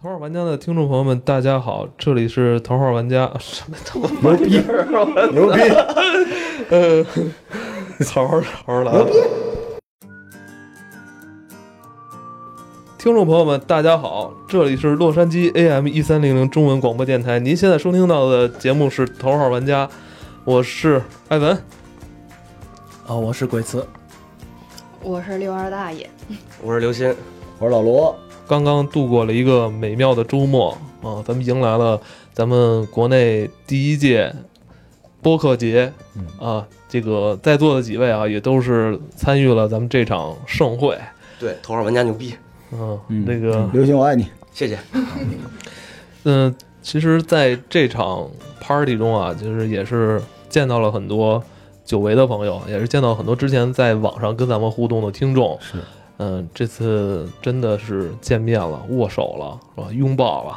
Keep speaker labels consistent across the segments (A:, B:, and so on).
A: 头号玩家的听众朋友们，大家好，这里是头号玩家， 什么他妈玩 意儿啊？
B: 牛逼！
A: 呃，好好好好来啊。听众朋友们，大家好，这里是洛杉矶 AM 一三零零中文广播电台，您现在收听到的节目是《头号玩家》，我是艾文。
C: 啊、我是鬼子，
D: 我是六二大爷，
B: 我是刘鑫，我是老罗。
A: 刚刚度过了一个美妙的周末啊，咱们迎来了咱们国内第一届播客节啊。这个在座的几位啊，也都是参与了咱们这场盛会。
B: 对，头号玩家牛逼，
A: 嗯，
C: 嗯
A: 那个，
E: 刘星，我爱你。
B: 谢谢。
A: 嗯、其实在这场 party 中啊，就是也是见到了很多久违的朋友，也是见到很多之前在网上跟咱们互动的听众。
E: 是，
A: 嗯、这次真的是见面了，握手了，是吧？拥抱了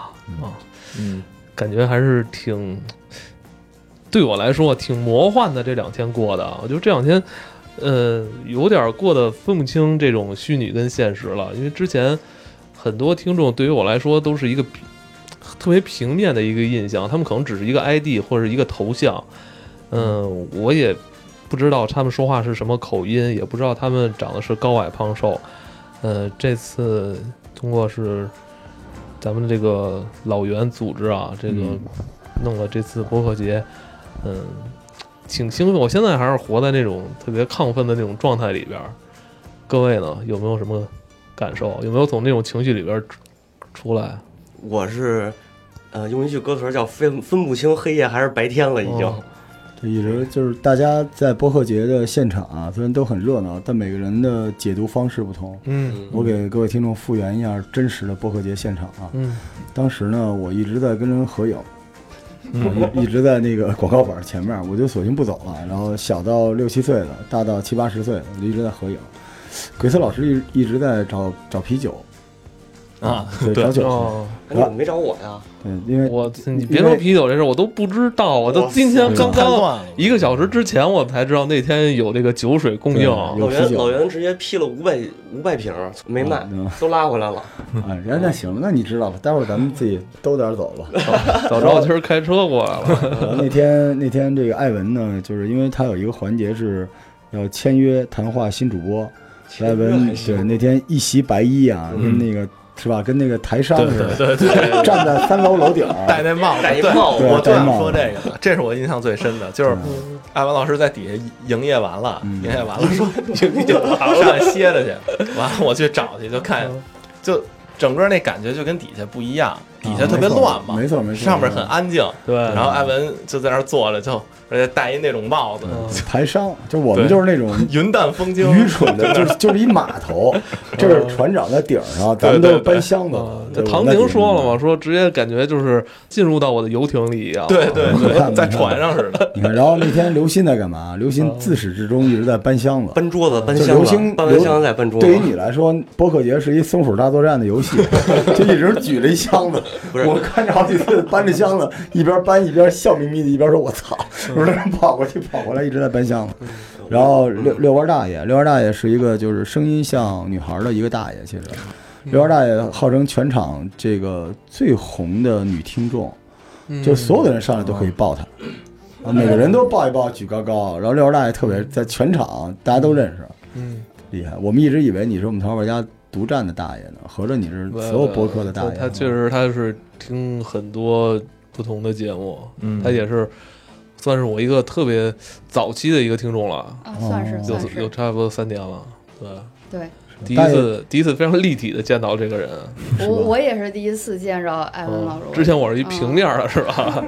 A: 啊，
C: 嗯，
A: 感觉还是挺，对我来说挺魔幻的。这两天过的啊，我觉得这两天，呃，有点过得分不清这种虚拟跟现实了。因为之前很多听众对于我来说都是一个平特别平面的一个印象，他们可能只是一个 ID 或者一个头像，嗯、我也不知道他们说话是什么口音，也不知道他们长得是高矮胖瘦。呃，这次通过是咱们这个老袁组织啊，这个
C: 嗯
A: 弄了这次播客节，嗯，挺兴奋。我现在还是活在那种特别亢奋的那种状态里边儿。各位呢，有没有什么感受？有没有从那种情绪里边儿出出来？
B: 我是，呃，用一句歌词儿叫分分不清黑夜还是白天了，已经。
A: 哦
E: 这一直就是大家在播客节的现场啊，虽然都很热闹，但每个人的解读方式不同。
A: 嗯
E: 我给各位听众复原一下真实的播客节现场啊。
A: 嗯
E: 当时呢，我一直在跟人合影，我一一直在那个广告板前面，我就索性不走了。然后小到六七岁的，大到七八十岁的，我就一直在合影。鬼子老师一一直在找找啤酒
C: 啊，
E: 对，
C: 对
E: 找酒喝。
A: 哦，
B: 哎，你怎么没找我呀？
E: 对，因为
A: 我你别说啤酒这事儿，我都不知道，我都今天刚
C: 看
A: 刚
C: 乱了，
A: 一个小时之前我才知道那天有这个酒水供应。啊
E: 有
B: 老
E: 啤
B: 袁
E: 酒
B: 老袁直接批了五百五百瓶儿，没卖
E: 嗯，
B: 都拉回来了。
E: 啊，然后那行，那你知道了，待会儿咱们自己兜点儿走吧。
A: 早知道我今儿开车过来 了。
E: 然后那天那天这个艾文呢，就是因为他有一个环节是要签约谈话新主播，艾文对那天一袭白衣啊，跟那个是吧，跟那个台商似的，
C: 对对，
E: 站在三楼楼顶儿，
C: 戴那帽子，
B: 戴一
C: 对
B: 帽子
C: 我就
E: 戴
C: 想
E: 帽子嗯
C: 说这个，这是我印象最深的，就是艾文老师在底下营业完了，营业完了说 你就爬上去歇着去，完了我去找去，就看，
E: 嗯
C: 就整个那感觉就跟底下不一样，底下特别乱嘛，
E: 嗯没错没错没错嗯
C: 上面很安静，
A: 对啊
C: 然后艾文就在那儿坐着，就而且戴一那种帽子，
E: 嗯台商，就我们
C: 对
E: 就是那 种
C: 云淡风轻，
E: 愚蠢的，就是就是一码头，就是船长在顶儿上，咱们都是搬箱子
A: 啊
E: 的。
C: 嗯
A: 这
E: 对
A: 唐宁说了嘛，，说直接感觉就是进入到我的游艇里啊一样。
C: 对对对，
E: 看
C: 在船上似的，
E: 我们在顶儿 你看，然后那天刘鑫在干嘛？刘
B: 嗯
E: 鑫自始至终一直在搬箱子，
B: 搬桌子，搬
E: 就
B: 箱
E: 流
B: 子
E: 星，
B: 搬完箱子再搬桌子。
E: 对于你来说，播客节是一松鼠大作战的游 戏，就一直举着一箱子。
B: 不 是
E: 我看着好几次搬着箱子，一边搬一边笑眯眯的，一边说：“我操！”
B: 嗯
E: 我说跑过去跑过来，一直在搬箱子。然后
B: 嗯
E: 遛遛弯大爷，遛弯大爷是一个就是声音像女孩的一个大爷，其实
B: 嗯
E: 遛弯大爷号称全场这个最红的女听众，
A: 嗯
E: 就所有的人上来都可以抱她。啊，每个人都抱一抱，举高高，然后遛弯大爷特别在全场大家都认识，
A: 嗯，
E: 厉害！我们一直以为你是我们头号玩家独占的大爷呢，合着你是所有播客的大爷。
A: 呃他他确实他是听很多不同的节目，
C: 嗯
A: 他
E: 哎
A: 也是算是我一个特别早期的一个听众了，
D: 啊，算是
E: 哦
A: 有
D: 算
A: 有
D: 是，
A: 差不多三年了。对，
D: 对
A: 第一次第一次非常立体的见到这个人，
D: 我我也是第一次见着艾
E: 哦
D: 文老师
A: 嗯，之前我是一平面的，是吧？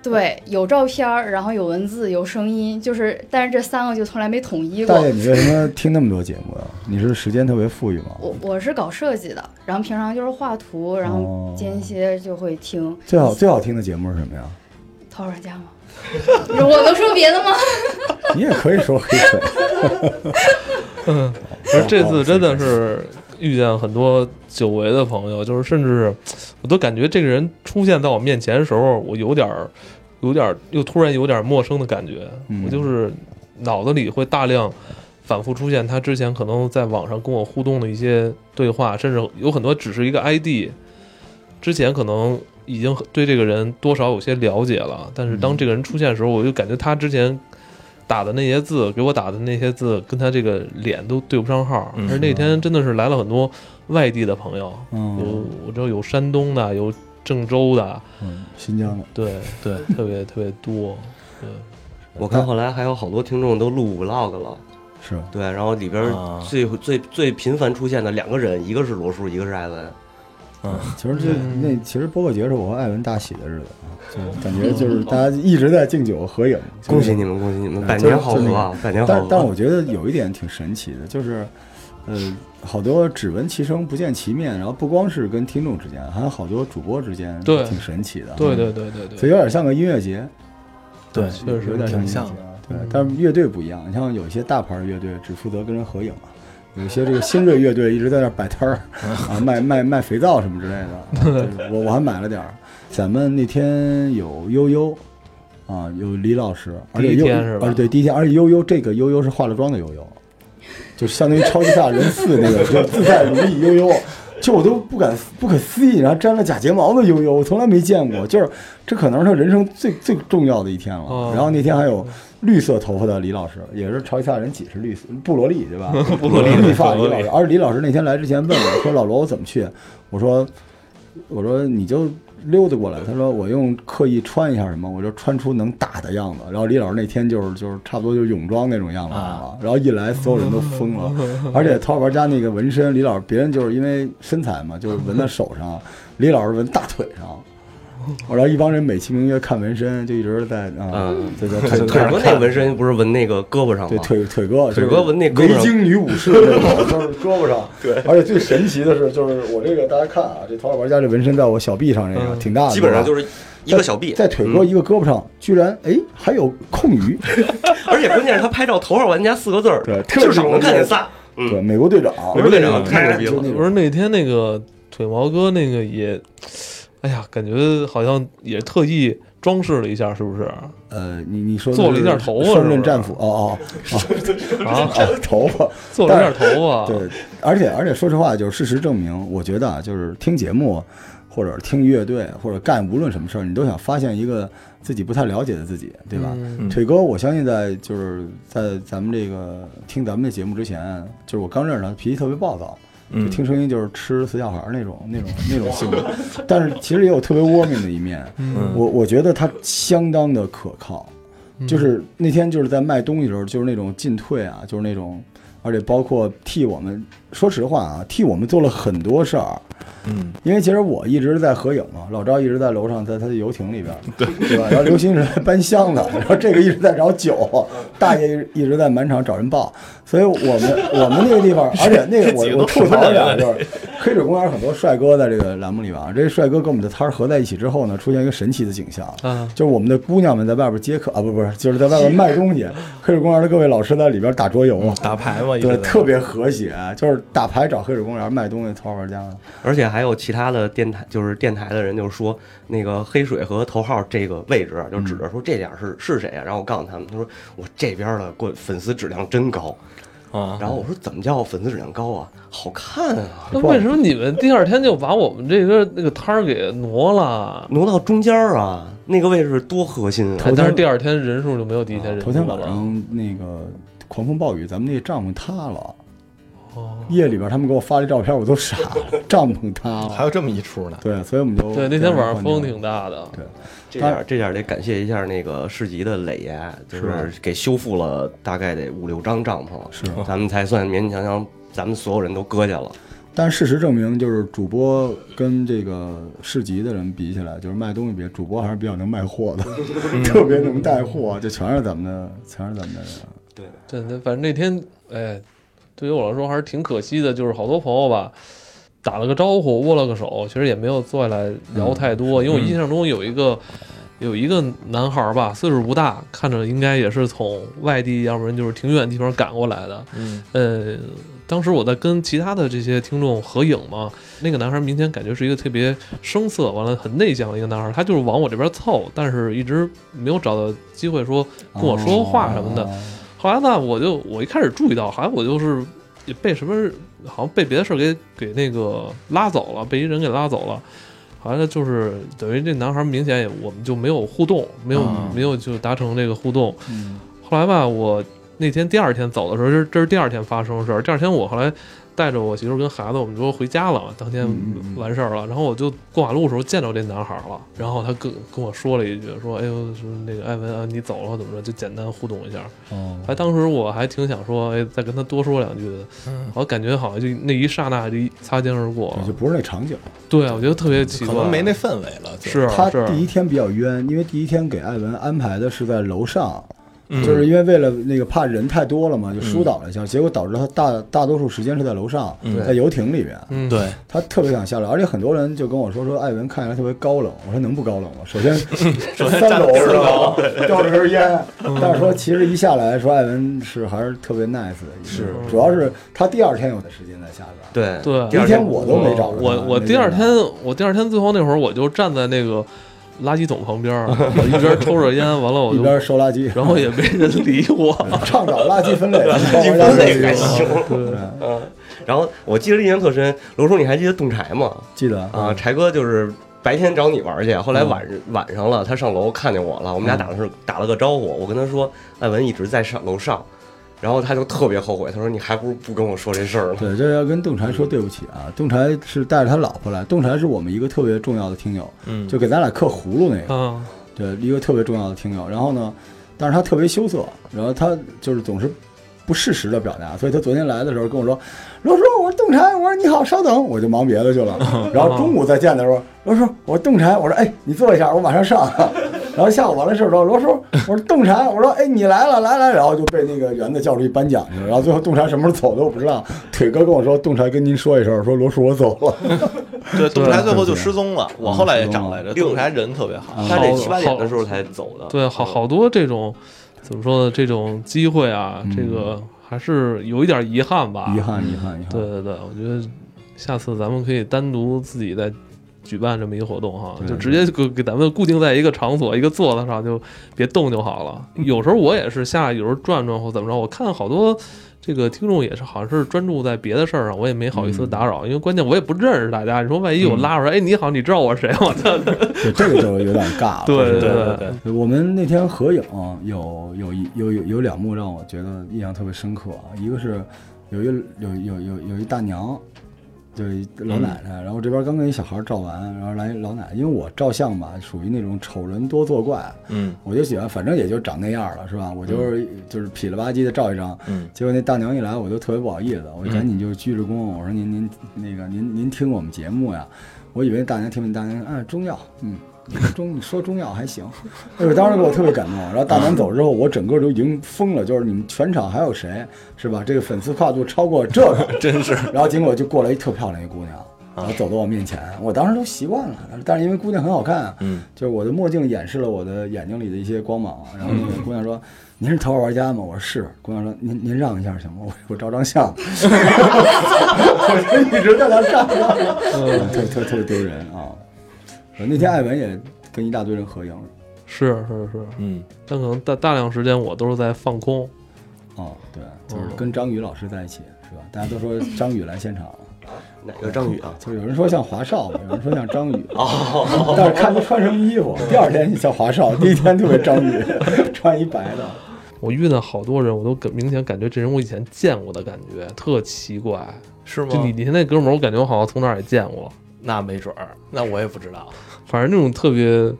D: 对有照片儿，然后有文字，有声音，就是但是这三个就从来没统一过
E: 大。爷，你为什么听那么多节目呀、你是时间特别富裕吗？
D: 我我是搞设计的，然后平常就是画图，然后间歇就会听《
E: 哦最好最好听的节目是什么呀？
D: 头号玩家》吗？ 我能说别的吗？
E: 你也可以说 黑水。
A: 嗯，而这次真的是遇见很多久违的朋友，就是甚至我都感觉这个人出现在我面前的时候，我有点儿，有点儿又突然有点儿陌生的感觉。
E: 嗯
A: 我就是脑子里会大量反复出现他之前可能在网上跟我互动的一些对话，甚至有很多只是一个 ID。之前可能已经对这个人多少有些了解了，但是当这个人出现的时候，我就感觉他之前打的那些字，给我打的那些字，跟他这个脸都对不上号。
C: 嗯
A: 而那天真的是来了很多外地的朋友，
E: 嗯
A: 有我知道有山东的，有郑州的，
E: 嗯，新疆的，
A: 对 对，特别特别多。对，
E: 嗯
B: 我看后来还有好多听众都录 vlog 了，
E: 是吧？
B: 对，然后里边
C: 啊
B: 最、最最频繁出现的两个人，一个是罗叔，一个是艾文。
E: 其实这
A: 嗯
E: 那其实播客节是我和艾文大喜的日子啊，就 感觉就是大家一直在敬酒合影，就是
B: 恭喜你们，恭喜你们，
E: 对
B: 百
E: 就是
B: 年好合啊，百年好合
E: 但。但我觉得有一点挺神奇的，就是，呃，好多只闻其声不见其面，然后不光是跟听众之间，还有好多主播之间，
A: 对
E: 挺神奇的。嗯
A: 对，对对对
E: 所
A: 对
E: 以有点像个音乐节，
C: 对
A: 确实
E: 有点
A: 挺
E: 音乐节
C: 像的。
E: 对
A: 嗯，
E: 但是乐队不一样，你像有些大牌乐队只负责跟人合影啊，有些这个新锐乐队一直在那儿摆 摊儿啊，卖卖卖肥皂什么之类的啊。就是 我我还买了点儿。咱们那天有悠悠啊，有李老师，而且
A: 第一
E: 悠
A: 天是吧
E: 啊，对，第一天，而且悠悠这个悠悠是化了妆的悠悠，就相当于超级大人四那个，就自带如意悠悠。就我都不敢不可思议，然后粘了假睫毛的悠悠，我从来没见过，就是这可能是他人生最最重要的一天了。
A: 哦
E: 然后那天还有绿色头发的李老师，也是潮西亚人几是绿色布罗利对吧？布罗利绿发的李老师，而李老师那天来之前问我说：“老罗，我怎么去？”我说：“我说你就溜达过来。”他说：“我用刻意穿一下什么，我就穿出能打的样子。”然后李老师那天就是就是差不多就是泳装那种样子
C: 啊
E: 了，然后一来所有人都疯了，而且陶玩家那个纹身，李老师别人就是因为身材嘛，就是纹在手上，李老师纹大腿上。然后一帮人美其名曰看纹身，就一直在啊
B: 嗯，
E: 对对，看
B: 腿
E: 看
B: 哥那纹身不是纹那个胳膊上吗？
E: 对腿腿哥，
B: 腿
E: 就是
B: 哥纹那胳
E: 围
B: 膊上
E: 巾女武士那种，就是胳膊上。对，而且最神奇的是，就是我这个大家看啊，这《淘宝玩家》这纹身在我小臂上，这个
A: 嗯
E: 挺大的，
B: 基本上就是是一个小臂，
E: 在腿哥
B: 嗯
E: 一个胳膊上，居然哎还有空余。
B: 而且关键是他拍照“头号玩家”四个字儿，
E: 对特
B: 就是少
E: 别
B: 能看
E: 牛
B: 见
E: 逼
B: 仨。嗯
E: 对，美国队长，
B: 美国队长太牛逼了
E: 就那
A: 我说
E: 种
A: 那天那个腿毛哥那个也，哎呀，感觉好像也特意装饰了一下，是不是？
E: 呃，你你说的
A: 做了一
E: 是
A: 下头发
E: 双刃
A: 是不是
E: 战斧，哦哦
A: 啊，
E: 哦，头发。
A: 做了一下头发，
E: 对，而且而且说实话，就是事实证明，我觉得啊，就是听节目，或者听乐队，或者干无论什么事儿，你都想发现一个自己不太了解的自己，对吧？
A: 嗯
C: 嗯
E: 腿哥，我相信在就是在咱们这个听咱们的节目之前，就是我刚认识他，脾气特别暴躁，就
C: 嗯
E: 听声音就是吃死小孩儿那种那 种那种性格，但是其实也有特别窝囊的一面。
A: 嗯
E: 我我觉得他相当的可靠，就是那天就是在卖东西的时候，就是那种进退啊，就是那种，而且包括替我们，说实话啊，替我们做了很多事儿。
C: 嗯
E: 因为其实我一直在合影嘛，老赵一直在楼上，在他的游艇里边，对吧？然后刘鑫是在搬箱子，然后这个一直在找酒，大爷一直在满场找人抱，所以我们我们那个地方，而且那个
C: 这几个
E: 我
C: 都
E: 我吐
C: 什么
E: 槽一
C: 人
E: 下
C: 啊
E: 就是，黑水公园很多帅哥在这个栏目里边啊，这些帅哥跟我们的摊儿合在一起之后呢，出现一个神奇的景象，
A: 啊，
E: 就是我们的姑娘们在外边接客啊，不不是，就是在外边卖东西，黑水公园的各位老师在里边打桌游，
C: 嗯打牌嘛，一直
E: 对，
C: 在
E: 特别和谐，就是打牌找黑水公园卖东西，淘宝玩家。
B: 而且还有其他的电台，就是电台的人就说，那个黑水和头号这个位置，啊就指
E: 嗯
B: 着说这点儿是是谁啊？然后我告诉他们，他说我这边的过粉丝质量真高。
C: 啊，
B: 然后我说怎么叫粉丝质量高啊？好看啊，
A: 那为什么你们第二天就把我们这个那个摊儿给挪了？
B: 挪到中间儿啊，那个位置多核心啊！
A: 哎但是第二天人数就没有第一天人
E: 啊头
A: 数
E: 天晚
A: 了。
E: 上那个狂风暴雨，咱们那帐篷塌了，
A: 哦
E: 夜里边他们给我发的照片，我都傻 了，帐篷塌
C: 还
E: 了。
C: 有这么一出呢，
E: 对，所以我们就
A: 对，那天晚上风
E: 停。
A: 挺大的。
E: 对，
B: 这点儿这点儿得感谢一下那个市集的磊爷，就是给修复了大概得五六张帐篷，
E: 是
B: 咱们才算勉勉强强，咱们所有人都搁下了。
E: 但事实证明，就是主播跟这个市集的人比起来，就是卖东西比主播还是比较能卖 货的，特别能带货，就全是咱们的，全是咱们的人。
B: 对，
A: 对，那反正那天，哎，对于我来说还是挺可惜的，就是好多朋友吧，打了个招呼，握了个手，其实也没有坐下来聊太多，因为我印象中有一个。有一个男孩儿吧，岁数不大，看着应该也是从外地，要不然就是挺远的地方赶过来的。
C: 嗯
A: 呃，当时我在跟其他的这些听众合影嘛，那个男孩明显感觉是一个特别生涩，完了很内向的一个男孩，他就是往我这边凑，但是一直没有找到机会说跟我说话什么的。
E: 哦
A: 后来呢，我就我一开始注意到，好像我就是也被什么，好像被别的事儿给给那个拉走了，被一人给拉走了。好像就是等于这男孩明显也我们就没有互动，没有、
F: 啊
A: 没有就达成这个互动。
F: 嗯
A: 后来吧，我那天第二天走的时候，这这是第二天发生的事儿。第二天我后来带着我媳妇儿跟孩子，我们就回家了嘛，当天
F: 嗯嗯嗯
A: 完事儿了。然后我就过马路的时候见到这男孩了，然后他跟跟我说了一句，说：“哎呦，说那个艾文啊，你走了怎么着？”就简单互动一下。
F: 哦
A: 还哎当时我还挺想说，哎，再跟他多说两句的，
B: 嗯
A: 我感觉好像就那一刹那就一擦肩而过
E: 对
A: 了
E: 就。不是那场景。
A: 对，啊我觉得特别奇
C: 可
A: 怪，
C: 能没那氛围了。就是
E: 他
A: 是啊
E: 第一天比较冤，因为第一天给艾文安排的是在楼上，
C: 嗯
E: 就是因为为了那个怕人太多了嘛，就疏导了一下，结果导致他大大多数时间是在楼上，
C: 嗯
E: 在游艇里面。
A: 嗯，
C: 对，
E: 他特别想下来，而且很多人就跟我说说艾文看起来特别高冷。我说能不高冷吗？首先
C: 首先
E: 三
C: 站
E: 楼
C: 得直
E: 是吧
C: 高？
E: 叼着根烟，但是说其实一下来说艾文是还是特别 nice 的一个，
B: 是
E: 主要是他第二天有的时间在下边。
B: 对
A: 对啊
B: 第二
E: 第一天我都没找着他
A: 我我
E: 没
A: 第
E: 找
A: 二
E: 着
A: 天我第二天最后那会儿我就站在那个垃圾桶旁边 儿，我一边抽着烟，完了我
E: 一
A: 就，
E: 边收垃圾，
A: 然后也没人理我。
E: 倡导垃圾分类，垃
B: 圾分类还行
E: 对，
B: 嗯，然后我记得印象特深，罗叔，你还记得冻柴吗？
E: 记得
B: 啊，柴哥就是白天找你玩去，后来晚晚上了，他上楼看见我了，我们俩打的是打了个招呼，我跟他说艾文一直在上楼上，然后他就特别后悔，他说你还不如不跟我说这事儿呢。
E: 对，这要跟洞柴说对不起啊！洞柴是带着他老婆来，洞柴是我们一个特别重要的听友，
C: 嗯，
E: 就给咱俩刻葫芦那个，
A: 啊，
E: 对，一个特别重要的听友。然后呢，但是他特别羞涩，然后他就是总是不适时的表达，所以他昨天来的时候跟我说：“罗叔，我是洞柴，我说你好，稍等，我就忙别的去 了。”然后中午再见的时候，罗叔，我是洞柴，我说：“哎，你坐一下，我马上上。” 然后下午完了事儿之后，罗叔，我说洞柴，我说哎你来了来来，然后就被那个园子叫出去颁奖去了。然后最后洞柴什么时候走的我不知道，腿哥跟我说洞柴跟您说一声，说罗叔我走了。
C: 对，洞柴最后就失踪了。我后来也找来着，
B: 失踪了
C: 洞柴人特别好。
E: 嗯
B: 他得
A: 好
B: 七八点的
A: 好
B: 时候才走的。
A: 对，好好多这种怎么说呢？这种机会啊，这个还是有一点遗憾吧。
E: 遗。憾遗憾遗憾。
A: 啊对对对，我觉得下次咱们可以单独自己再举办这么一个活动哈，
E: 对
A: 就直接给给咱们固定在一个场所、一个座子上，就别动就好 了。有时候我也是下来，有时候转转或怎么着，我看好多。这个听众也是，好像是专注在别的事儿上，我也没好意思打
E: 嗯
A: 扰，因为关键我也不认识大家。你说万一我拉出来，哎，你好，你知道我是谁吗？
E: 对，这个就有点尬了。
A: 对
E: 就是
C: 对对对，
E: 我们那天合影有有一有有有两幕让我觉得印象特别深刻啊，一个是有一有有有有一大娘，就是一老奶奶，然后这边刚跟一小孩照完，然后来一老奶奶，因为我照相吧，属于那种丑人多作怪，
C: 嗯
E: 我就喜欢，反正也就长那样了，是吧？我就是、就是痞了吧唧的照一张，
C: 嗯
E: 结果那大娘一来，我就特别不好意思，我就赶紧就鞠着躬，我说您您那个您您听我们节目呀，我以为大娘听不大娘啊中药，嗯。中你说中药还行，哎呦，当时给我特别感动。然后大娘走之后，我整个就已经疯了，就是你们全场还有谁是吧？这个粉丝跨度超过这个，真是。然后结果就过来一特漂亮一姑娘，然后走到我面前，我当时都习惯了，但是因为姑娘很好看啊，
C: 嗯
E: 就是我的墨镜掩饰了我的眼睛里的一些光芒。然后那个姑娘说：“您是头号玩家吗？”我说：“是。”姑娘说：“您您让一下行吗？我我照张相。”我就一直在那站着，嗯特特特别丢人啊！那天艾文也跟一大堆人合影
A: 是是是，
C: 嗯，
A: 但可能大大量时间我都是在放空。
E: 啊，对，就是跟张宇老师在一起是吧？大家都说张宇来现场了，
B: 哪个张宇啊？
E: 就是有人说像华少嘛，有人说像张宇，
B: 哦，
E: 但是看他穿什么衣服，第二天像华少，第一天特别张宇，穿一白的。
A: 我遇到好多人，我都感明显感觉这人我以前见过的感觉，特奇怪。
C: 是吗
A: 就？你你那哥们儿，我感觉我好像从哪儿也见过，
C: 那没准儿，那我也不知道。
A: 反正那种特别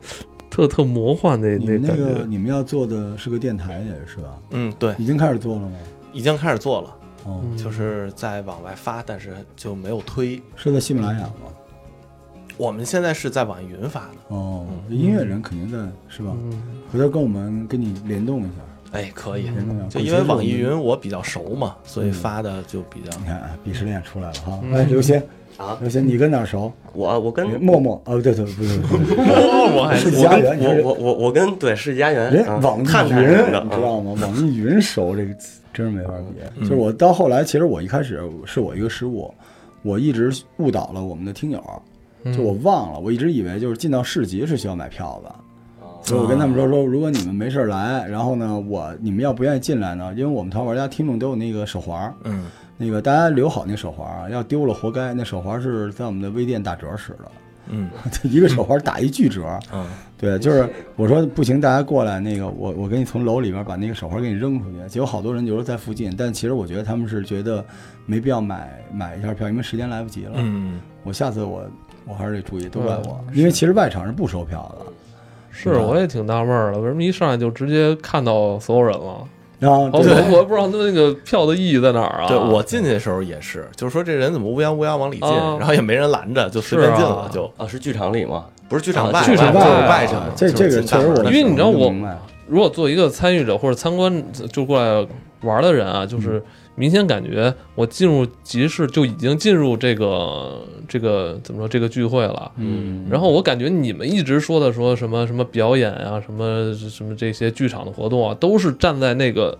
A: 特特魔幻的
E: 你
A: 那
E: 们那
A: 感
E: 个
A: 觉。
E: 你们要做的是个电台也是吧？
C: 嗯，对，
E: 已经开始做了吗？
C: 已经开始做了，
E: 哦，
A: 嗯
C: 就是在往外发，但是就没有推。
E: 是在喜马拉雅吗？
C: 我们现在是在往云发的。
E: 哦，
C: 嗯
E: 音乐人肯定在是吧？
A: 嗯，
E: 回头跟我们跟你联动一下，
C: 哎，可以，
E: 联动一下。
C: 就因为网易
E: 滚球是我们，
C: 云我比较熟嘛，所以发的就比较
E: 你看哎鄙视链出来了哈。
A: 嗯
E: 哎，刘鑫
B: 啊
E: 刘鑫，你跟哪儿熟？
B: 我我跟
C: 嗯
E: 默默哦，对对，不是不是，
C: 我还
E: 世纪
B: 我
E: 佳缘，你
B: 跟
E: 是
B: 我我我我跟对世纪佳缘，啊
E: 人网易
B: 探探
E: 云
B: 人的，
E: 你
B: 啊
E: 知道吗？网易云熟这个词真是没法比。就是我到后来，其实我一开始是我一个失误，我一直误导了我们的听友，就我忘了，我一直以为就是进到市集是需要买票的。所以我跟他们说说，如果你们没事儿来，然后呢，我你们要不愿意进来呢，因为我们淘玩家听众都有那个手环儿，
C: 嗯
E: 那个大家留好那手环儿啊，要丢了活该。那手环儿是在我们的微店打折使的，
C: 嗯
E: 一个手环打一巨折。
C: 啊
E: 对，就是我说不行，大家过来，那个我我给你从楼里边把那个手环给你扔出去。结果好多人就是在附近，但其实我觉得他们是觉得没必要买买一下票，因为时间来不及了。
C: 嗯，
E: 我下次我我还是得注意，都怪我，
A: 嗯
E: 因为其实外场是不收票
A: 是，我也挺纳闷儿的，为什么一上来就直接看到所有人了？
E: 的。然后
A: 哦，
E: 对
A: 我我不知道他那个票的意义在哪儿啊？
C: 对我进去的时候也是，就是说这人怎么乌泱乌泱往里进，
A: 啊
C: 然后也没人拦着，就随便进了
A: 是啊
C: 就。
B: 啊，是剧场里吗？
C: 不是剧场外，
A: 剧场
C: 就
A: 外
C: 是
A: 啊
C: 外场，
E: 这
C: 就是
E: 这个
C: 进
E: 确
C: 大
E: 实
C: 门
E: 我
C: 的
A: 因为你知道我
E: 就明白了
A: 如果做一个参与者或者参观就过来玩的人啊，就是明显感觉我进入集市就已经进入这个这个怎么说这个聚会了。
E: 嗯，
A: 然后我感觉你们一直说的说什么什么表演啊，什么什么这些剧场的活动啊，都是站在那个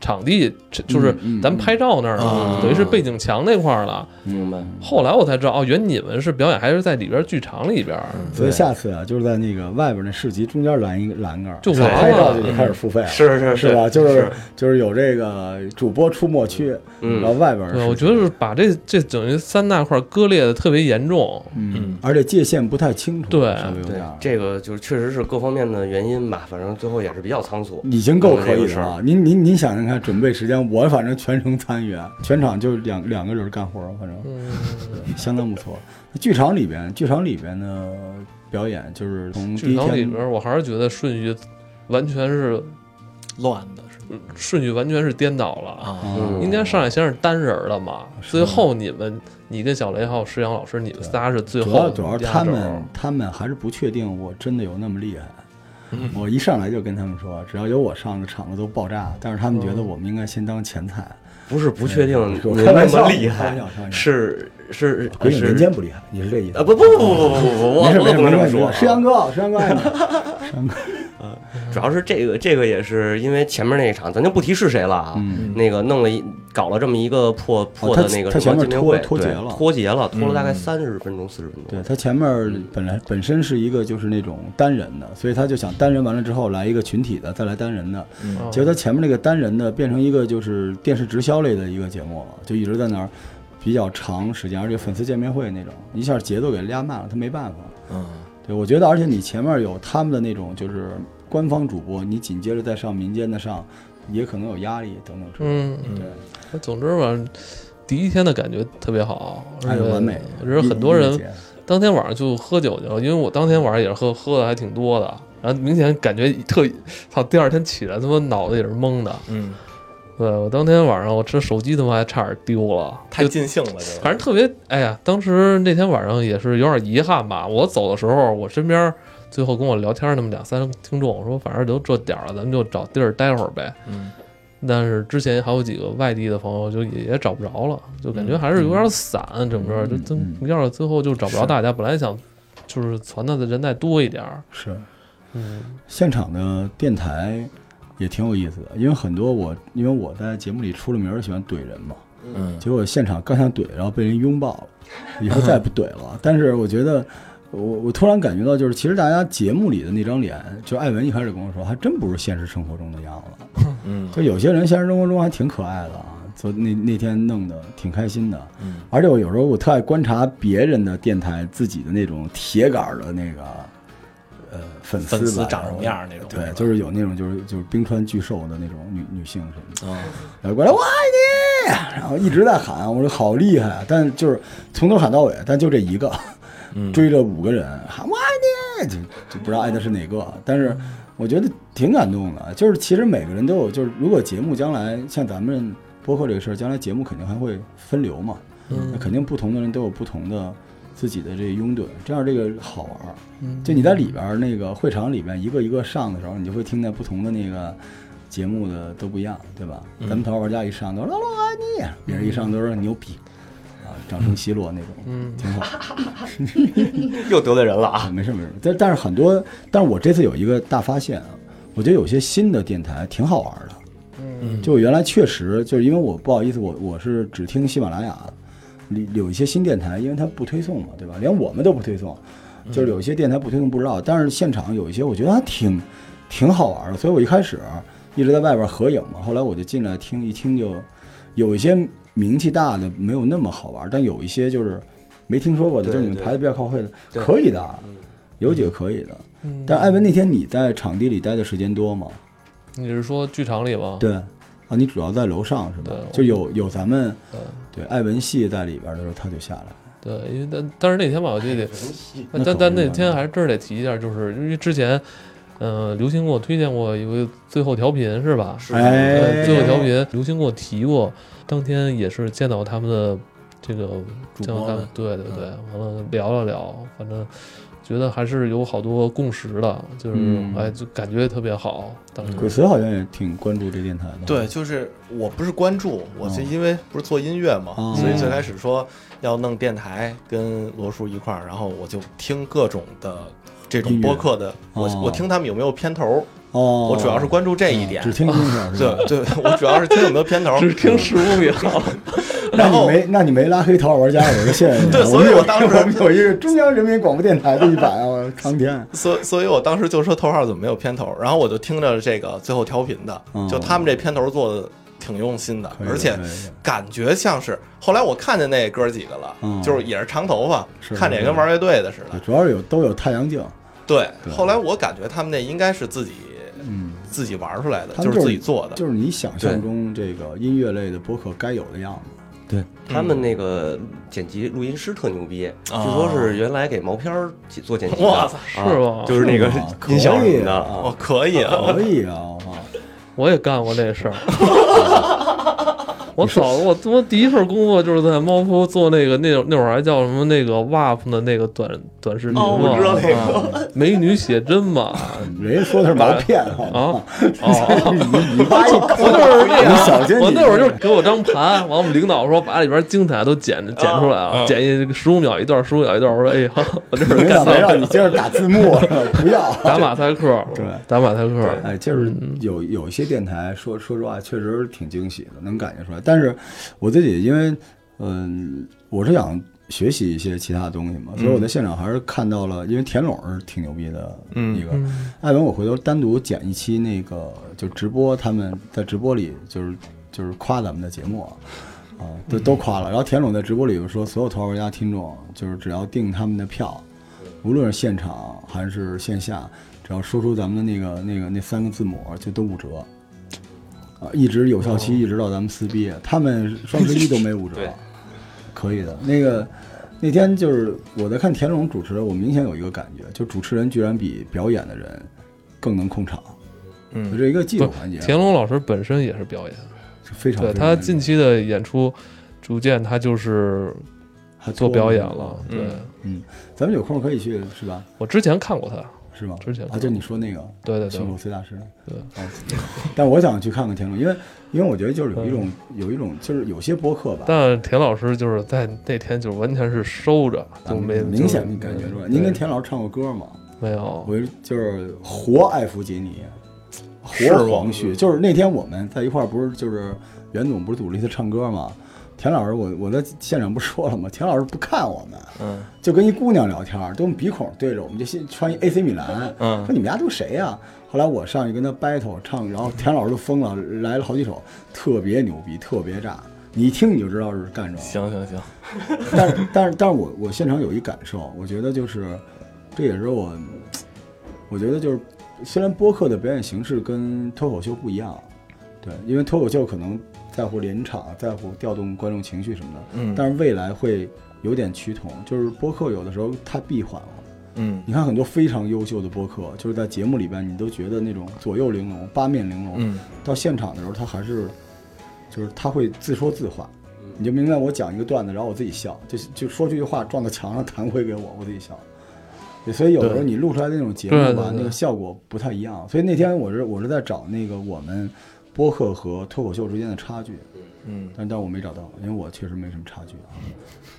A: 场地，这就是
E: 嗯嗯啊
A: 咱们拍照那儿
C: 嗯
A: 了，等于是背景墙那块儿了。
B: 明白。
A: 后来我才知道，哦，原你们是表演还是在里边剧场里边儿，
E: 所以下次啊，就是在那个外边那市集中间拦一个栏杆儿，
A: 就
E: 想
A: 完
E: 拍照
A: 了嗯
E: 就得开始付费了。
B: 是是
E: 啊是吧？就是就是有这个主播出没区，
B: 嗯
E: 然后外边儿
A: 对，我
E: 是
A: 觉得是把这这等于三大块割裂的特别严重。
E: 嗯，而且界限不太清楚，
A: 对
E: 稍微有
B: 对
E: 点儿，
B: 这个就是确实是各方面的原因吧，反正最后也是比较仓促。
E: 已经够可以
B: 这个事
E: 的
B: 儿
E: 了。啊您您您想想看，准备时间，我反正全程参与，啊全场就两两个人干活，反正
A: 嗯
B: 嗯
E: 对相当不错。剧场里边，剧场里边的表演就是从第
A: 剧
E: 一
A: 场里
E: 天
A: 边儿，我还是觉得顺序完全是嗯
C: 乱的是吧
A: 顺序完全是颠倒了。
C: 啊，
E: 嗯
A: 应该上海先是单人儿的嘛，
E: 是
A: 最后你们你跟小雷还有石阳老师，你们仨是最
E: 主要
A: 后
E: 主要是
A: 压
E: 他
A: 轴
E: 们他们还是不确定我真的有那么厉害。
A: 嗯
E: 我一上来就跟他们说，只要有我上的场子都爆炸，但是他们觉
A: 嗯
E: 得我们应该先当前菜。
B: 不是不确定
E: 我
B: 你
E: 嗯开
B: 那
E: 玩
B: 么
E: 笑
B: 厉
E: 开玩
B: 害
E: 笑开玩，笑
B: 是是
E: 鬼影人
B: 是
E: 间不厉害，你是这意思？
B: 啊不不不不不不不，我
E: 没事没
B: 我
E: 事
B: 不能
E: 没
B: 这么
E: 事没
B: 说。啊
E: 事，石阳哥，石阳哥爱 你，石阳哥，
B: 主要是这个这个也是因为前面那一场，咱就不提是谁了啊。
E: 嗯哦
B: 那个弄了一搞了这么一个破破的那个
E: 他他
B: 什
E: 前
B: 么
E: 面
B: 见面
E: 拖
B: 会，
E: 脱
B: 对
E: 节了
B: 脱节了，拖了大概
C: 嗯
B: 三十分钟四十分钟。
E: 对他前
B: 嗯
E: 面本来本身是一个就是那种单人的，所以他就想单人完了之后来一个群体的，再来单人的，
C: 嗯
A: 哦
E: 结果他前面那个单人的变成一个就是电视直销类的一个节目了，就一直在那儿比较长时间，而且粉丝见面会那种，一下节奏给拉慢了，他没办法。
C: 嗯，
E: 对，我觉得，而且你前面有他们的那种就是官方主播，你紧接着再上民间的上，也可能有压力等等之类的。
A: 嗯，
C: 嗯
E: 对，
A: 总之吧，第一天的感觉特别好，
E: 哎
A: 而且
E: 完美
A: 我觉得很多
E: 音乐
A: 人
E: 节
A: 当天晚上就喝酒去了，因为我当天晚上也是喝喝的还挺多的，然后明显感觉特操，第二天起来他妈脑子也是懵的。
C: 嗯，
A: 对我当天晚上我这手机他妈还差点丢了，
C: 太
A: 就
C: 尽兴了，这个
A: 反正特别哎呀，当时那天晚上也是有点遗憾吧。我走的时候，我身边最后跟我聊天那么两三个听众，我说反正都这点儿了，咱们就找地儿待会儿呗。
C: 嗯，
A: 但是之前还有几个外地的朋友就也也找不着了，就感觉
C: 嗯
A: 还是有点散，整个就真
E: 嗯
A: 要是最后就找不着
C: 是
A: 大家，本来想就是传的人再多一点儿，
E: 是
A: 嗯
E: 现场的电台也挺有意思的，因为很多我因为我在节目里出了名儿喜欢怼人嘛，
C: 嗯
E: 结果现场刚想怼，然后被人拥抱 了，以后再也不怼了。但是我觉得。我我突然感觉到，就是其实大家节目里的那张脸，就艾文一开始跟我说，还真不是现实生活中的样子。
C: 嗯
E: 就有些人现实生活中还挺可爱的啊，就那那天弄得挺开心的。
C: 嗯，
E: 而且我有时候我特爱观察别人的电台自己的那种铁杆儿的那个呃粉丝吧
C: 粉丝长什么样儿那种
E: 对，就是有那种就是就是冰川巨兽的那种女女性什么的，
C: 啊
E: 然后过来我爱你，然后一直在喊，我说好厉害啊，但就是从头喊到尾，但就这一个。
C: 嗯
E: 追着五个人喊我爱你，就就不知道爱的是哪个，但是我觉得挺感动的。就是其实每个人都有，就是如果节目将来像咱们播客这个事儿，将来节目肯定还会分流嘛，那
A: 嗯
E: 肯定不同的人都有不同的自己的这拥趸，这样这个好玩儿。
A: 嗯，
E: 就你在里边儿那个会场里边一个一个上的时候，你就会听见不同的那个节目的都不一样，对吧？咱们《头号玩家》一上都是“老罗爱你”，啊别人一上都是“牛逼”，啊，掌声奚落那种，
A: 嗯
E: 挺好。
B: 又得罪人了啊！
E: 啊，没事没事。但但是很多，但是我这次有一个大发现啊，我觉得有些新的电台挺好玩的。
A: 嗯
E: 就我原来确实就是因为我不好意思，我我是只听喜马拉雅，里有一些新电台，因为它不推送嘛，对吧？连我们都不推送，就是有一些电台不推送不知道，但是现场有一些我觉得还挺挺好玩的，所以我一开始一直在外边合影嘛，后来我就进来听一听就，有一些名气大的没有那么好玩，但有一些就是没听说过的，
B: 对
E: 就是你们
B: 对
E: 排的比较靠后的，
B: 对
E: 可以的啊
B: 嗯，
E: 有几个可以的。
A: 嗯
E: 但是艾文那天你在场地里待的时间多吗？
A: 你是说剧场里
C: 哦
A: 吗？
E: 对，啊，你主要在楼上是吧
A: 对？
E: 就有有咱们
C: 嗯
A: 对
E: 对艾文系在里边的时候，他就下来了。
A: 对，因为但但是那天吧，我就
E: 哎
A: 得，但
E: 那可
A: 但
E: 不是
A: 那
E: 嘛
A: 天还是真是得提一下，就是因为之前，呃，刘星给我推荐过有个最后调频是吧？
B: 是
E: 哎
A: 对，最后调频，刘星给我提过，当天也是见到他们的这个
E: 主
A: 见到
E: 播
A: 他们
E: 们，嗯
A: 对对对，完了聊了聊，反正觉得还是有好多共识的，就是、
E: 嗯
A: 哎，就感觉特别好。当时
E: 鬼子好像也挺关注这电台的。
C: 对，，就是我不是关注，我是
E: 哦
C: 因为不是做音乐嘛，
E: 哦
C: 所以最开始说要弄电台，跟罗叔一块儿，然后我就听各种的这种
E: 音乐
C: 播客的，我
E: 哦
C: 我听他们有没有片头，
E: 哦，嗯
C: 我主要是关注这一点
E: 只。听音乐是吧？
C: 对对，我主要是听有没有片头。
A: 只听十五秒，
E: 那
C: 然
E: 你
C: 后
E: 没那你没拉黑《头号玩家》，我是谢谢 你。
C: 对所以
E: 们有
C: 我当时
E: 我们有一个中央人民广播电台的一版啊，我苍天。
C: 所所以，我当时就说头号怎么没有片头，然后我就听着这个最后调频的
E: 哦，
C: 就他们这片头做的挺用心的
E: 可以，的
C: 而且
E: 可以的
C: 感觉像是后来我看见那哥几个了
E: 嗯，
C: 就是也是长头发
E: 是，
C: 看着也跟玩乐队的似的
E: 对。主要是有都有太阳镜，
C: 对
E: 对，
C: 后来我感觉他们那应该是自己
E: 嗯，
C: 自己玩出来的，
E: 他
C: 就
E: 们
C: 是自己做的。
E: 就是你想象中这个音乐类的播客该有的样子。
B: 他们那个剪辑录音师特牛逼，据
C: 啊
B: 说是原来给毛片儿解做剪辑的，
C: 哇塞
A: 是
B: 啊
A: 吗
B: 就是那个
E: 是吗
B: 音效
E: 可以
B: 什么的 啊，，
C: 哦可以啊！
E: 可以啊，我靠！
A: 我也干过这事 儿。我早我我第一份工作就是在猫扑做那个那那会儿还叫什么那个 WAP 的那个短短视频嘛，
B: 哦我知道那个
A: 啊 美女写真嘛，
E: 人家说的是毛片，好吗？
A: 哦，
E: 你你挖一
A: 我
E: 坑，
A: 就是那
E: 你小心
A: 个，
E: 你
A: 我那会儿就是给我张盘，完我们领导说把里边精彩都剪剪出
E: 哦
A: 来啊，剪一十五秒一段，十五秒一段。我说哎呀，我这是
E: 没
A: 干
E: 想到
A: 到
E: 让你接着打字幕， 不要。
A: 打马赛克，
E: 对
A: 打马赛克，
E: 哎，就是有有一些电台说说实话，确实挺惊喜的，能感觉出来。但是我自己因为嗯、我是想学习一些其他东西嘛，所以我在现场还是看到了，因为田拢是挺牛逼的一个。艾文，我回头单独剪一期那个就直播，他们在直播里就是就是夸咱们的节目啊。啊，都都夸了。然后田总在直播里就说，所有《头号玩家》听众就是只要订他们的票，无论是现场还是线下，只要说出咱们的那个那个那三个字母，就都五折。啊，一直有效
A: 哦
E: 期，一直到咱们撕逼，他们双十一都没 五折
B: 对，
E: 可以的。那个那天就是我在看田龙主持，我明显有一个感觉，就主持人居然比表演的人更能控场，
C: 嗯，
E: 这一个技术
A: 不
E: 环节
A: 田龙老师本身也是表演，
E: 非常。
A: 对
E: 非常
A: 他近期的演出，逐渐他就是
E: 还
A: 做
E: 脱
A: 表演了。对
C: 嗯
E: 嗯，咱们有空可以去，是吧？
A: 我之前看过他，
E: 是吗？
A: 之前
E: 啊，就你说那个
A: 对对对
E: 胸口碎大石那
A: 对
E: 个。哦 但我想去看看田龙，因为因为我觉得就是有一种有一种就是有些播客吧，
A: 嗯但田老师就是在那天就完全是收着，就
E: 咱们
A: 没
E: 啊明显能感觉出来。您跟田老师唱过歌吗？
A: 没
C: 哦
A: 有
E: 我就是活艾弗杰尼，
C: 哦是吗
E: 活黄旭。就是那天我们在一块儿，不是就是袁总不是组织一次唱歌吗？田老师，我我在现场不是说了吗？田老师不看我们，
C: 嗯，
E: 就跟一姑娘聊天儿，都用鼻孔对着我们，就先穿一 AC 米兰，
C: 嗯
E: 说你们家都谁呀、后来我上去跟他 battle 唱，然后田老师都疯了，来了好几首，特别牛逼，特别炸，你一听你就知道是干什么。
C: 行行行，
E: 但是 但是但是我我现场有一感受，我觉得就是，这也是我，我觉得就是，虽然播客的表演形式跟脱口秀不一样，对，因为脱口秀可能在乎临场，在乎调动观众情绪什么的，
C: 嗯
E: 但是未来会有点趋同，就是播客有的时候它闭环了。
C: 嗯
E: 你看很多非常优秀的播客，就是在节目里边，你都觉得那种左右玲珑、八面玲珑，
C: 嗯
E: 到现场的时候，他还是，就是他会自说自话，
C: 嗯
E: 你就明白我讲一个段子，然后我自己笑，就就说这句话撞到墙上弹回给我，我自己笑。对所以有的时候
A: 对
E: 你录出来的那种节目
A: 对对
E: 吧，
A: 对
E: 那个效果不太一样。所以那天我是我是在找那个我们播客和脱口秀之间的差距，
C: 嗯，
E: 但但我没找到，因为我确实没什么差距啊。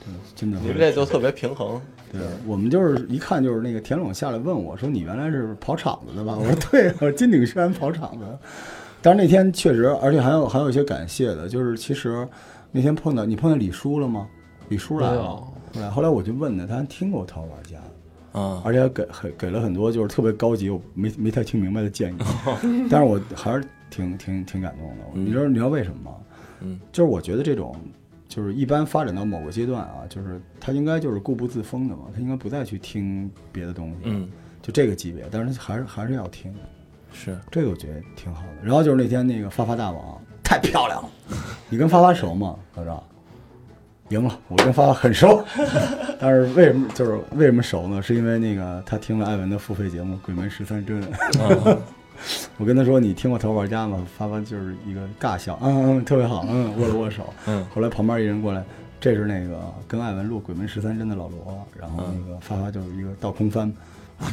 E: 对，真的。
C: 你们这就特别平衡。
E: 对，我们就是一看就是那个田总下来问我说：“你原来是跑场子的吧？”我说：“对，我金鼎轩跑场子。”但是那天确实，而且还有还有一些感谢的，就是其实那天碰到你碰到李叔了吗？李叔来
A: 没
E: 了，
A: 有
E: 后来后来我就问他，他还听过《逃玩家》，
C: 啊，
E: 而且还给很给了很多就是特别高级，我没没太听明白的建议， 但是我还是挺挺挺感动的。你知道你知道为什么吗？
C: 嗯，
E: 就是我觉得这种。就是一般发展到某个阶段啊，就是他应该就是固步自封的嘛，他应该不再去听别的东西，
C: 嗯，
E: 就这个级别，但是还是还是要听，
C: 是
E: 这个我觉得挺好的。然后就是那天那个发发大王太漂亮了，你跟发发熟吗？哪吒赢了，我跟发发很熟， 但是为什么就是为什么熟呢？是因为那个他听了艾文的付费节目《鬼门十三针》。 我跟他说：“你听过《头号玩家》吗？”发发就是一个尬笑，嗯嗯，特别好，嗯，握了握手。
C: 嗯
E: 后来旁边一人过来，这是那个跟艾文录《鬼门十三针》的老罗，然后那个发发就是一个倒空翻，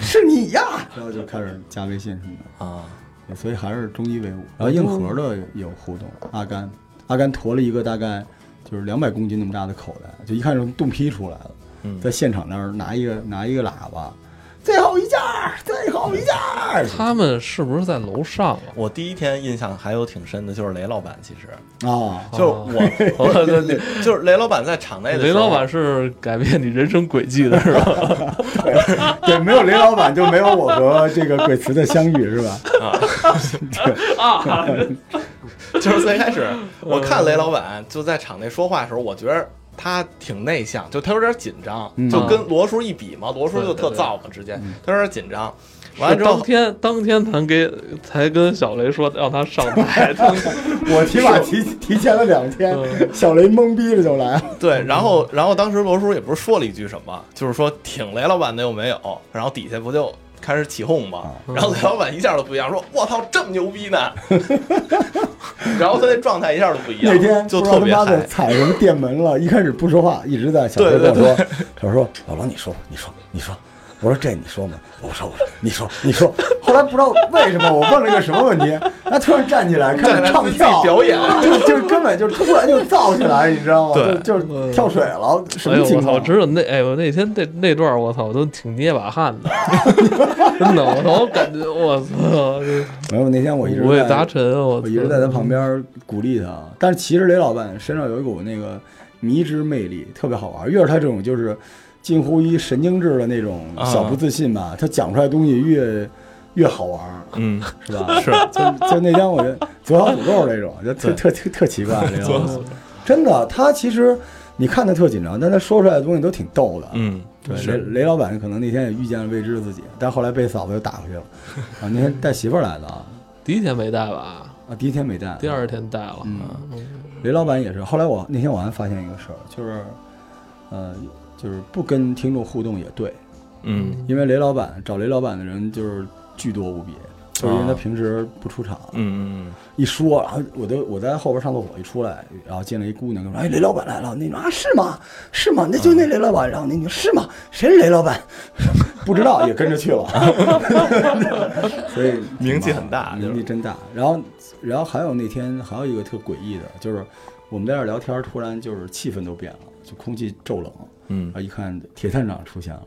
E: 是你呀，然后就开始加微信什么的，
C: 啊，
E: 对所以还是中医为伍。然后硬核的有互动，阿甘，阿甘驮了一个大概就是两百公斤那么大的口袋，就一看就是冻批出来了，
C: 嗯
E: 在现场那儿拿一个拿一个喇叭，最后一件儿，最后一件儿，
A: 他们是不是在楼上啊？
C: 我第一天印象还有挺深的，就是雷老板，其实
E: 啊，
C: 就是我，我就是雷老板在场内的
A: 雷
C: 时候
A: 老板是改变你人生轨迹的是 吧？
E: 啊对，没有雷老板就没有我和这个鬼池的相遇，是吧？啊
C: 就是最开始
A: 嗯
C: 我看雷老板就在场内说话的时候，我觉得他挺内向，就他有点紧张，
E: 嗯
C: 就跟罗叔一比嘛，罗叔就
A: 对对
C: 特
A: 对
C: 燥嘛，直接他有点紧张。完了之后
A: 当，天当天才跟才跟小雷说让他上 台，
E: 我起码提提前了两天，小雷懵逼了就来了。
C: 对，然
A: 嗯
C: 后然后当时罗叔也不是说了一句什么，就是说挺雷老板的又没有，然后底下不就开始起哄
E: 啊
C: 嘛，然后雷老板一下都不一样，说我操这么牛逼呢， 然后他那状态一下都不一样，
E: 那天
C: 就
E: 不知
C: 特
E: 道他
C: 别
E: 妈
C: 嗨
E: 的，踩什么电门了，一开始不说话，一直在小雷跟我说， 小雷说老罗你说你说你说，我说这你说吗？我说我说你说你说。后来不知道为什么我问了一个什么问题，他突然站起来开
C: 站
E: 始
C: 在
E: 唱
C: 自己
E: 跳
C: 表演，
E: 就就根本就突然就燥起来，你知道吗？
C: 对
E: 就就是跳水了，什
A: 嗯哎
E: 么
A: 呦
E: 情
A: 我操！
E: 况？啊
A: 真的那哎呦那天那那段我操我都挺捏把汗的， 真的我操我感觉我操
E: 没有，那天我一直
A: 五味
E: 在
A: 杂陈，我
E: 我一直在
C: 嗯
E: 他旁边鼓励他，啊但是其实雷老板身上有一股那个迷之魅力，特别好玩。越是他这种就是近乎于神经质的那种
C: 啊
E: 小不自信吧，他讲出来的东西越越好玩，
C: 嗯，
E: 是吧？
C: 是
E: 就就那天我觉得左小诅咒那种，就特特特特奇怪那
C: 左小
E: 种。 真的，他其实你看他特紧张，但他说出来的东西都挺逗的。
C: 嗯，
E: 对，雷
C: 是
E: 雷老板可能那天也遇见了未知的自己，但后来被嫂子又打回去了。啊，那天带媳妇儿来的啊，
A: 第一天没带吧，
E: 啊，第一天没带，
A: 第二天带了。
E: 嗯
A: 啊
E: 雷老板也是。后来我那天我还发现一个事儿，就是，呃，就是不跟听众互动也对，
C: 嗯
E: 因为雷老板找雷老板的人就是巨多无比，就是因为他平时不出场，
C: 嗯
E: 一说，然后我都我在后边上厕所一出来，然后进来一姑娘跟我说：“哎，雷老板来了。”那种啊是吗？是吗？那
C: 嗯
E: 就那雷老板。然后那女是吗？谁是雷老板？ 不知道也跟着去了， 所以
C: 名气很大就是
E: 名气真大。然后然后还有那天还有一个特诡异的，就是我们在这儿聊天，突然就是气氛都变了，就空气骤冷。
C: 嗯
E: 然后一看铁探长出现了，